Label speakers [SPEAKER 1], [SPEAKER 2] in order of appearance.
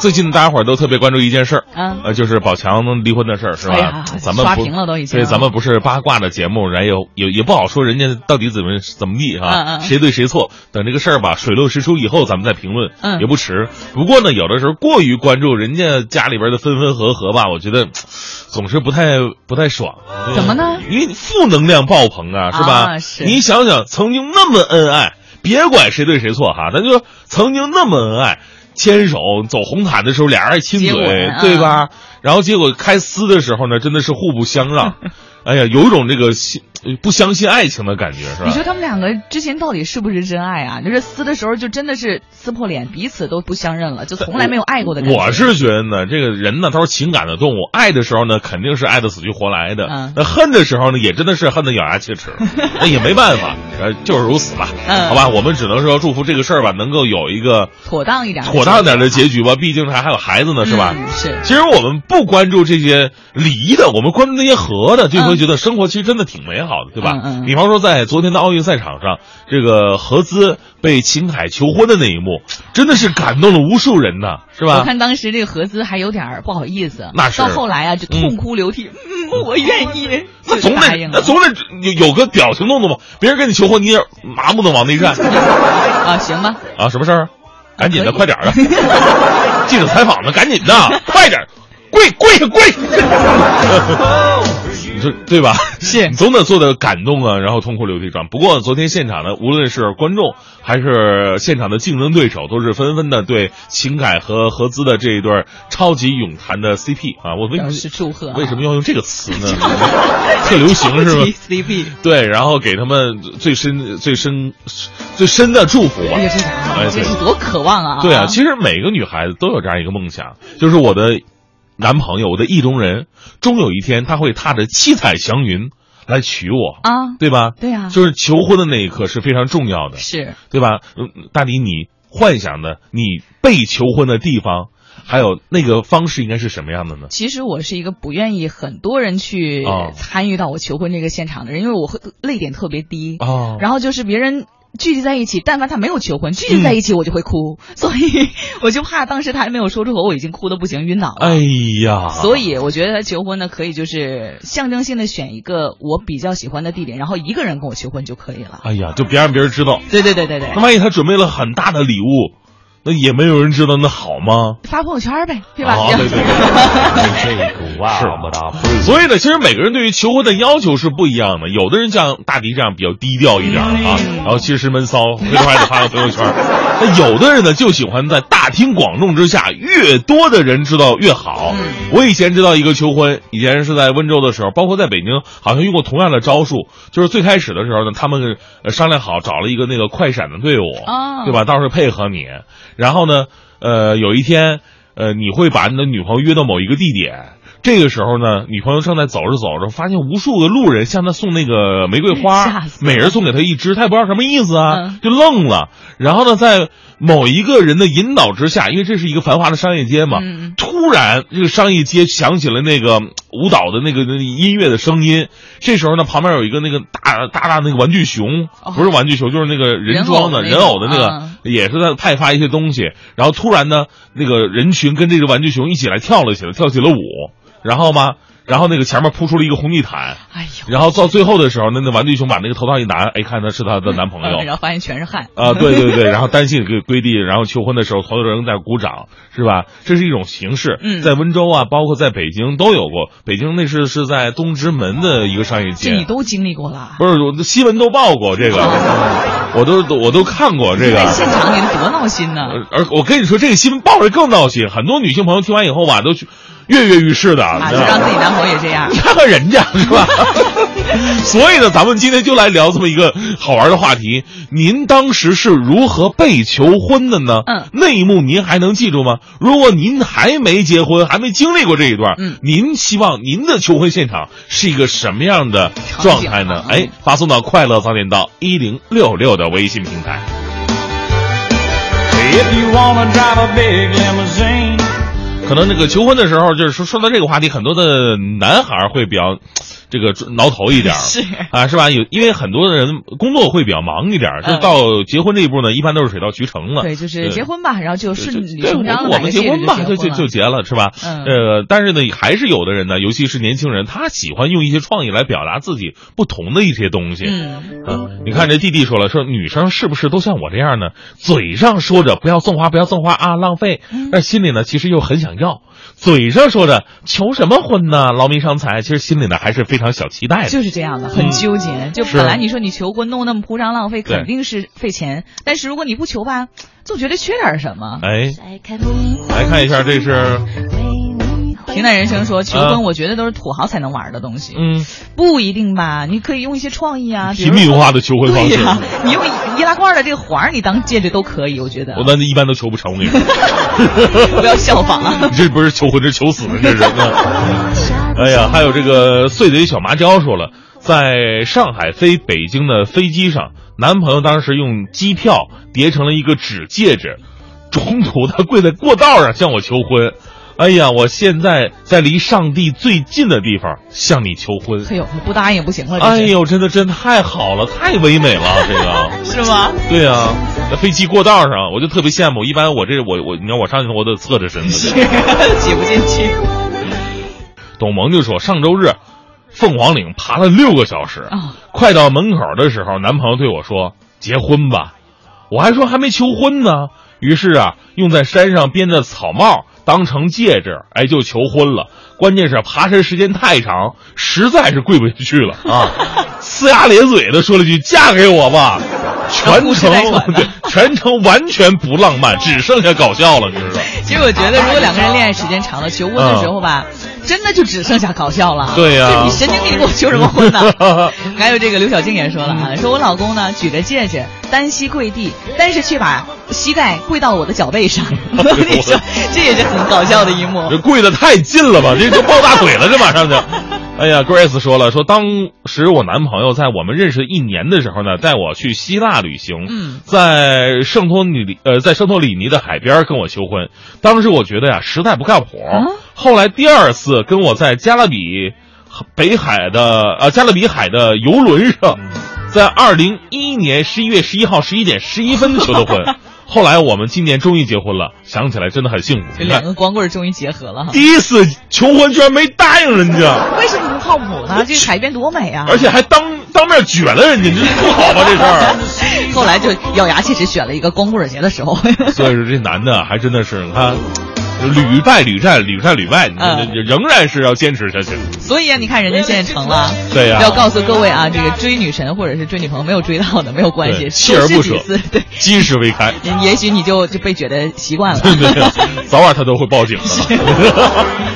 [SPEAKER 1] 最近大家伙儿都特别关注一件事儿，
[SPEAKER 2] 嗯
[SPEAKER 1] 呃，就是宝强离婚的事儿，是吧？
[SPEAKER 2] 哎呀
[SPEAKER 1] 咱们
[SPEAKER 2] 刷
[SPEAKER 1] 不
[SPEAKER 2] 屏了都已经
[SPEAKER 1] 对，咱们不是八卦的节目，然后也也也不好说人家到底怎么怎么地哈、
[SPEAKER 2] 嗯嗯
[SPEAKER 1] 谁对谁错。等这个事儿吧水落石出以后，咱们再评论，
[SPEAKER 2] 嗯
[SPEAKER 1] 也不迟。不过呢，有的时候过于关注人家家里边的分分合合吧，我觉得总是不太不太爽。啊对
[SPEAKER 2] 怎么呢？
[SPEAKER 1] 因为你负能量爆棚啊，是吧？
[SPEAKER 2] 啊是
[SPEAKER 1] 你想想，曾经那么恩爱，别管谁对谁错哈，咱就曾经那么恩爱，牵手走红毯的时候，俩人还亲
[SPEAKER 2] 接
[SPEAKER 1] 嘴
[SPEAKER 2] 吻，啊
[SPEAKER 1] 对吧？然后结果开撕的时候呢，真的是互不相 让，哎呀，有一种这个信呃不相信爱情的感觉，是吧？
[SPEAKER 2] 你说他们两个之前到底是不是真爱啊？就是撕的时候就真的是撕破脸，彼此都不相认了，就从来没有爱过的感觉。
[SPEAKER 1] 我是觉得呢，这个人呢，他是情感的动物，爱的时候呢，肯定是爱的死去活来的；
[SPEAKER 2] 嗯
[SPEAKER 1] 那恨的时候呢，也真的是恨得咬牙切 齿，那也没办法，呃，就是如此吧。
[SPEAKER 2] 嗯
[SPEAKER 1] 好吧，我们只能说祝福这个事儿吧，能够有一个
[SPEAKER 2] 妥当一点的结局，
[SPEAKER 1] 妥当点的结局吧，毕竟还还有孩子呢，是吧？
[SPEAKER 2] 嗯是
[SPEAKER 1] 其实我们不关注这些离的，我们关注那些和的，就会
[SPEAKER 2] 嗯
[SPEAKER 1] 觉得生活其实真的挺美好的，对吧？
[SPEAKER 2] 嗯嗯
[SPEAKER 1] 比方说，在昨天的奥运赛场上，这个何姿被秦凯求婚的那一幕，真的是感动了无数人呐，是吧？
[SPEAKER 2] 我看当时这个何姿还有点儿不好意思，
[SPEAKER 1] 那是
[SPEAKER 2] 到后来啊就痛哭流涕，嗯，我愿意，就
[SPEAKER 1] 总
[SPEAKER 2] 答
[SPEAKER 1] 得
[SPEAKER 2] 应啊
[SPEAKER 1] 那
[SPEAKER 2] 了
[SPEAKER 1] 总得有有个表情动作吧，别人跟你求婚，你也麻木的往那一站
[SPEAKER 2] 啊，行吧，
[SPEAKER 1] 啊，什么事儿？赶紧的，
[SPEAKER 2] 可以
[SPEAKER 1] 快点儿的， 记者采访呢，赶紧的，快点儿，跪跪下跪！ 你说对吧？
[SPEAKER 2] 是
[SPEAKER 1] 你 总得做的感动啊，然后痛哭流涕状。不过昨天现场呢，无论是观众还是现场的竞争对手，都是纷纷的对秦凯和何姿的这一对儿超级咏坛的 CP 啊，我为什
[SPEAKER 2] 表
[SPEAKER 1] 么
[SPEAKER 2] 示祝贺啊。
[SPEAKER 1] 为什么要用这个词呢？ 特流行是吗
[SPEAKER 2] CP，
[SPEAKER 1] 对，然后给他们最深、最深、最深的祝福吧。
[SPEAKER 2] 哎呀， 这啥
[SPEAKER 1] 哎
[SPEAKER 2] 呀？
[SPEAKER 1] 对
[SPEAKER 2] 这是多渴望啊！
[SPEAKER 1] 对啊，其实每个女孩子都有这样一个梦想，就是我的男朋友，我的意中人，终有一天他会踏着七彩祥云来娶我，
[SPEAKER 2] 啊，
[SPEAKER 1] 对吧？
[SPEAKER 2] 对呀
[SPEAKER 1] 就是求婚的那一刻是非常重要的，
[SPEAKER 2] 是
[SPEAKER 1] 对吧？嗯大迪，你幻想的你被求婚的地方，还有那个方式应该是什么样的呢？
[SPEAKER 2] 其实我是一个不愿意很多人去
[SPEAKER 1] 哦
[SPEAKER 2] 参与到我求婚这个现场的人，因为我会泪点特别低。
[SPEAKER 1] 哦，
[SPEAKER 2] 然后就是别人聚集在一起，但凡他没有求婚，聚集在一起我就会哭，
[SPEAKER 1] 嗯
[SPEAKER 2] 所以我就怕当时他还没有说出口，我已经哭的不行，晕倒了。
[SPEAKER 1] 哎呀，
[SPEAKER 2] 所以我觉得求婚呢，可以就是象征性的选一个我比较喜欢的地点，然后一个人跟我求婚就可以了。
[SPEAKER 1] 哎呀，就别让别人知道。
[SPEAKER 2] 对对对对对
[SPEAKER 1] 那，万一他准备了很大的礼物，那也没有人知道，那好吗？
[SPEAKER 2] 发朋友圈呗，对吧？
[SPEAKER 1] 哦对对
[SPEAKER 3] 这
[SPEAKER 1] 是
[SPEAKER 3] 我们的不
[SPEAKER 1] 所以呢，其实每个人对于求婚的要求是不一样的。有的人像大迪这样比较低调一点啊，然后其实闷骚，回头还得发个朋友圈。那有的人呢，就喜欢在大庭广众之下，越多的人知道越好。我以前知道一个求婚，以前是在温州的时候，包括在北京，好像用过同样的招数。就是最开始的时候呢，他们呃商量好找了一个那个快闪的队伍，
[SPEAKER 2] 哦
[SPEAKER 1] 对吧？到时候配合你。然后呢，呃，有一天，呃，你会把你的女朋友约到某一个地点。这个时候呢，女朋友正在走着走着，发现无数个路人向她送那个玫瑰
[SPEAKER 2] 吓
[SPEAKER 1] 花，
[SPEAKER 2] 死了
[SPEAKER 1] 每人送给她一支，她也不知道什么意思啊，
[SPEAKER 2] 嗯
[SPEAKER 1] 就愣了。然后呢，在某一个人的引导之下，因为这是一个繁华的商业街嘛，
[SPEAKER 2] 嗯
[SPEAKER 1] 突然这个商业街响起了那个嗯舞蹈的那个那个音乐的声音。这时候呢，旁边有一个那个大大大那个玩具熊，
[SPEAKER 2] 哦
[SPEAKER 1] 不是玩具熊，就是那个人
[SPEAKER 2] 人
[SPEAKER 1] 装的
[SPEAKER 2] 偶的那
[SPEAKER 1] 人偶的那
[SPEAKER 2] 种
[SPEAKER 1] 个，
[SPEAKER 2] 嗯
[SPEAKER 1] 也是在派发一些东西，然后突然呢，那个人群跟这个玩具熊一起来跳了起来，跳起了舞，然后嘛，然后那个前面铺出了一个红地毯，
[SPEAKER 2] 哎呦，
[SPEAKER 1] 然后到最后的时候呢，那玩具熊把那个头套一拿，哎，看他是她的男朋友
[SPEAKER 2] 然后发现全是汗
[SPEAKER 1] 啊，对对对，然后单膝跪跪地，然后求婚的时候，所有人在鼓掌，是吧？这是一种形式，
[SPEAKER 2] 嗯
[SPEAKER 1] 在温州啊，包括在北京都有过，北京那是是在东直门的一个商业街，
[SPEAKER 2] 这你都经历过了，
[SPEAKER 1] 不是我新闻都报过 这个，我都我都看过这个
[SPEAKER 2] 在。现场你多闹心呢。
[SPEAKER 1] 而而我跟你说，这个新闻报着更闹心，很多女性朋友听完以后吧，都去跃跃欲试的。
[SPEAKER 2] 啊，
[SPEAKER 1] 你
[SPEAKER 2] 就
[SPEAKER 1] 知道
[SPEAKER 2] 让
[SPEAKER 1] 吗
[SPEAKER 2] 自己男朋友也这样
[SPEAKER 1] 你。看看人家是吧？ 所以呢，咱们今天就来聊这么一个好玩的话题。您当时是如何被求婚的呢？
[SPEAKER 2] 嗯
[SPEAKER 1] 那一幕您还能记住吗？如果您还没结婚，还没经历过这一段，
[SPEAKER 2] 嗯
[SPEAKER 1] 您希望您的求婚现场是一个什么样的状态呢
[SPEAKER 2] 场景啊？
[SPEAKER 1] 哎，发送到快乐早点到一零六六的微信平台。
[SPEAKER 3] If you wanna drive a big limousine,
[SPEAKER 1] 可能那个求婚的时候，就是说说到这个话题，很多的男孩儿会比较这个挠头一点儿
[SPEAKER 2] 是
[SPEAKER 1] 啊，是吧？有因为很多的人工作会比较忙一点儿，就是
[SPEAKER 2] 嗯
[SPEAKER 1] 到结婚这一步呢，一般都是水到渠成了。
[SPEAKER 2] 对，就是
[SPEAKER 1] 对
[SPEAKER 2] 结婚吧，然后就
[SPEAKER 1] 对
[SPEAKER 2] 顺理
[SPEAKER 1] 对
[SPEAKER 2] 成章的
[SPEAKER 1] 我我们结婚吧，就就就结了，是吧？
[SPEAKER 2] 嗯
[SPEAKER 1] 呃，但是呢，还是有的人呢，尤其是年轻人，他喜欢用一些创意来表达自己不同的一些东西。
[SPEAKER 2] 嗯，
[SPEAKER 1] 啊，你看这弟弟说了，说女生是不是都像我这样呢？嘴上说着不要送花，不要送花啊，浪费
[SPEAKER 2] 嗯，
[SPEAKER 1] 但心里呢其实又很想要。嘴上说着求什么婚呢，劳民伤财，其实心里呢还是非常小期待的。
[SPEAKER 2] 就是这样的，很
[SPEAKER 1] 嗯
[SPEAKER 2] 纠结。就是本来你说你求婚弄那么铺张浪费，肯
[SPEAKER 1] 对
[SPEAKER 2] 定是费钱，但是如果你不求吧，总觉得缺点什么。
[SPEAKER 1] 哎，来
[SPEAKER 4] 来
[SPEAKER 1] 看一下，这是
[SPEAKER 2] 啊平淡人生说，求
[SPEAKER 1] 啊
[SPEAKER 2] 婚我觉得都是土豪才能玩的东西，
[SPEAKER 1] 哎嗯，
[SPEAKER 2] 不一定吧？你可以用一些创意啊，比
[SPEAKER 1] 平
[SPEAKER 2] 如
[SPEAKER 1] 民
[SPEAKER 2] 说
[SPEAKER 1] 化的求婚方
[SPEAKER 2] 对
[SPEAKER 1] 式，
[SPEAKER 2] 呀、你用易拉罐的这个环儿你当戒指都可以，我觉得
[SPEAKER 1] 我们一般都求不成，我跟你说，
[SPEAKER 2] 不要效仿啊。
[SPEAKER 1] 你这不是求婚，这是求死，这是。嗯哎
[SPEAKER 4] 哎
[SPEAKER 1] 呀
[SPEAKER 4] 呀，，
[SPEAKER 1] 还有这个碎嘴小麻椒说了，在上海飞北京的飞机上，男朋友当时用机票叠成了一个纸戒指，中途他跪在过道上向我求婚。哎呀，我现在在离上帝最近的地方向你求婚。
[SPEAKER 2] 哎呦，不答应也不行了，这
[SPEAKER 1] 哎
[SPEAKER 2] 是
[SPEAKER 1] 呦，真的真的太好了，太唯美了，这个。
[SPEAKER 2] 是吗？
[SPEAKER 1] 对呀、在飞机过道上，我就特别羡慕。一般我这我我，你看我上去我得侧着身子。
[SPEAKER 2] 挤不进去
[SPEAKER 1] 董萌就说，上周日，凤凰岭爬了六个小时，
[SPEAKER 2] 啊！
[SPEAKER 1] 快到门口的时候，男朋友对我说：“结婚吧。”我还说还没求婚呢。于是啊，用在山上编的草帽当成戒指，哎，就求婚了。关键是爬山时间太长，实在是跪不下去了啊，呲牙咧嘴的说了句“嫁给我吧”，全
[SPEAKER 2] 故事
[SPEAKER 1] 程
[SPEAKER 2] 在传呢
[SPEAKER 1] 对全程完全不浪漫，只剩下搞笑了，你知道吗？
[SPEAKER 2] 其实我觉得，如果两个人恋爱时间长了，求婚的时候吧，真的就只剩下搞笑了。
[SPEAKER 1] 对呀
[SPEAKER 2] 就你神经病，你给我求什么 婚呢？还有这个刘晓静也说了啊，说我老公呢举着戒指单膝跪地，但是却把膝盖跪到我的脚 背上，你说这也是很搞笑的一幕。
[SPEAKER 1] 这跪的太近了吧？这就抱大腿了，这马上就。哎呀，Grace 说了，说当时我男朋友在我们认识一年的时候呢，带我去希腊旅行，
[SPEAKER 2] 嗯
[SPEAKER 1] 在圣托里呃，在圣托里尼的海边跟我求婚。当时我觉得呀，实在不靠谱。
[SPEAKER 2] 啊
[SPEAKER 1] 后来第二次跟我在加勒比北海的呃加勒比海的游轮上，在二零一一年十一月十一号十一点十一分求的 婚。后来我们今年终于结婚了，想起来真的很幸福。
[SPEAKER 2] 这
[SPEAKER 1] 你看
[SPEAKER 2] 两个光棍终于结合了哈。
[SPEAKER 1] 第一次求婚居然没答应人家，
[SPEAKER 2] 为什么不靠谱 呢？这海边多美啊！
[SPEAKER 1] 而且还当当面撅了人家，这不好吧这事儿？啊
[SPEAKER 2] 后来就咬牙切齿选了一个光棍节的时候。
[SPEAKER 1] 所以说这男的还真的是，你看，屡败屡战，屡战屡败，你这
[SPEAKER 2] 嗯
[SPEAKER 1] 这仍然是要坚持下去。
[SPEAKER 2] 所以啊，你看人家现在成了。
[SPEAKER 1] 对呀、
[SPEAKER 2] 要告诉各位啊，这个追女神或者是追女朋友没有追到的没有关系，
[SPEAKER 1] 对锲而不舍
[SPEAKER 2] 多试几 次对，
[SPEAKER 1] 金石为开，
[SPEAKER 2] 也也许你就就被觉得习惯了。
[SPEAKER 1] 对对，对早晚他都会报警的。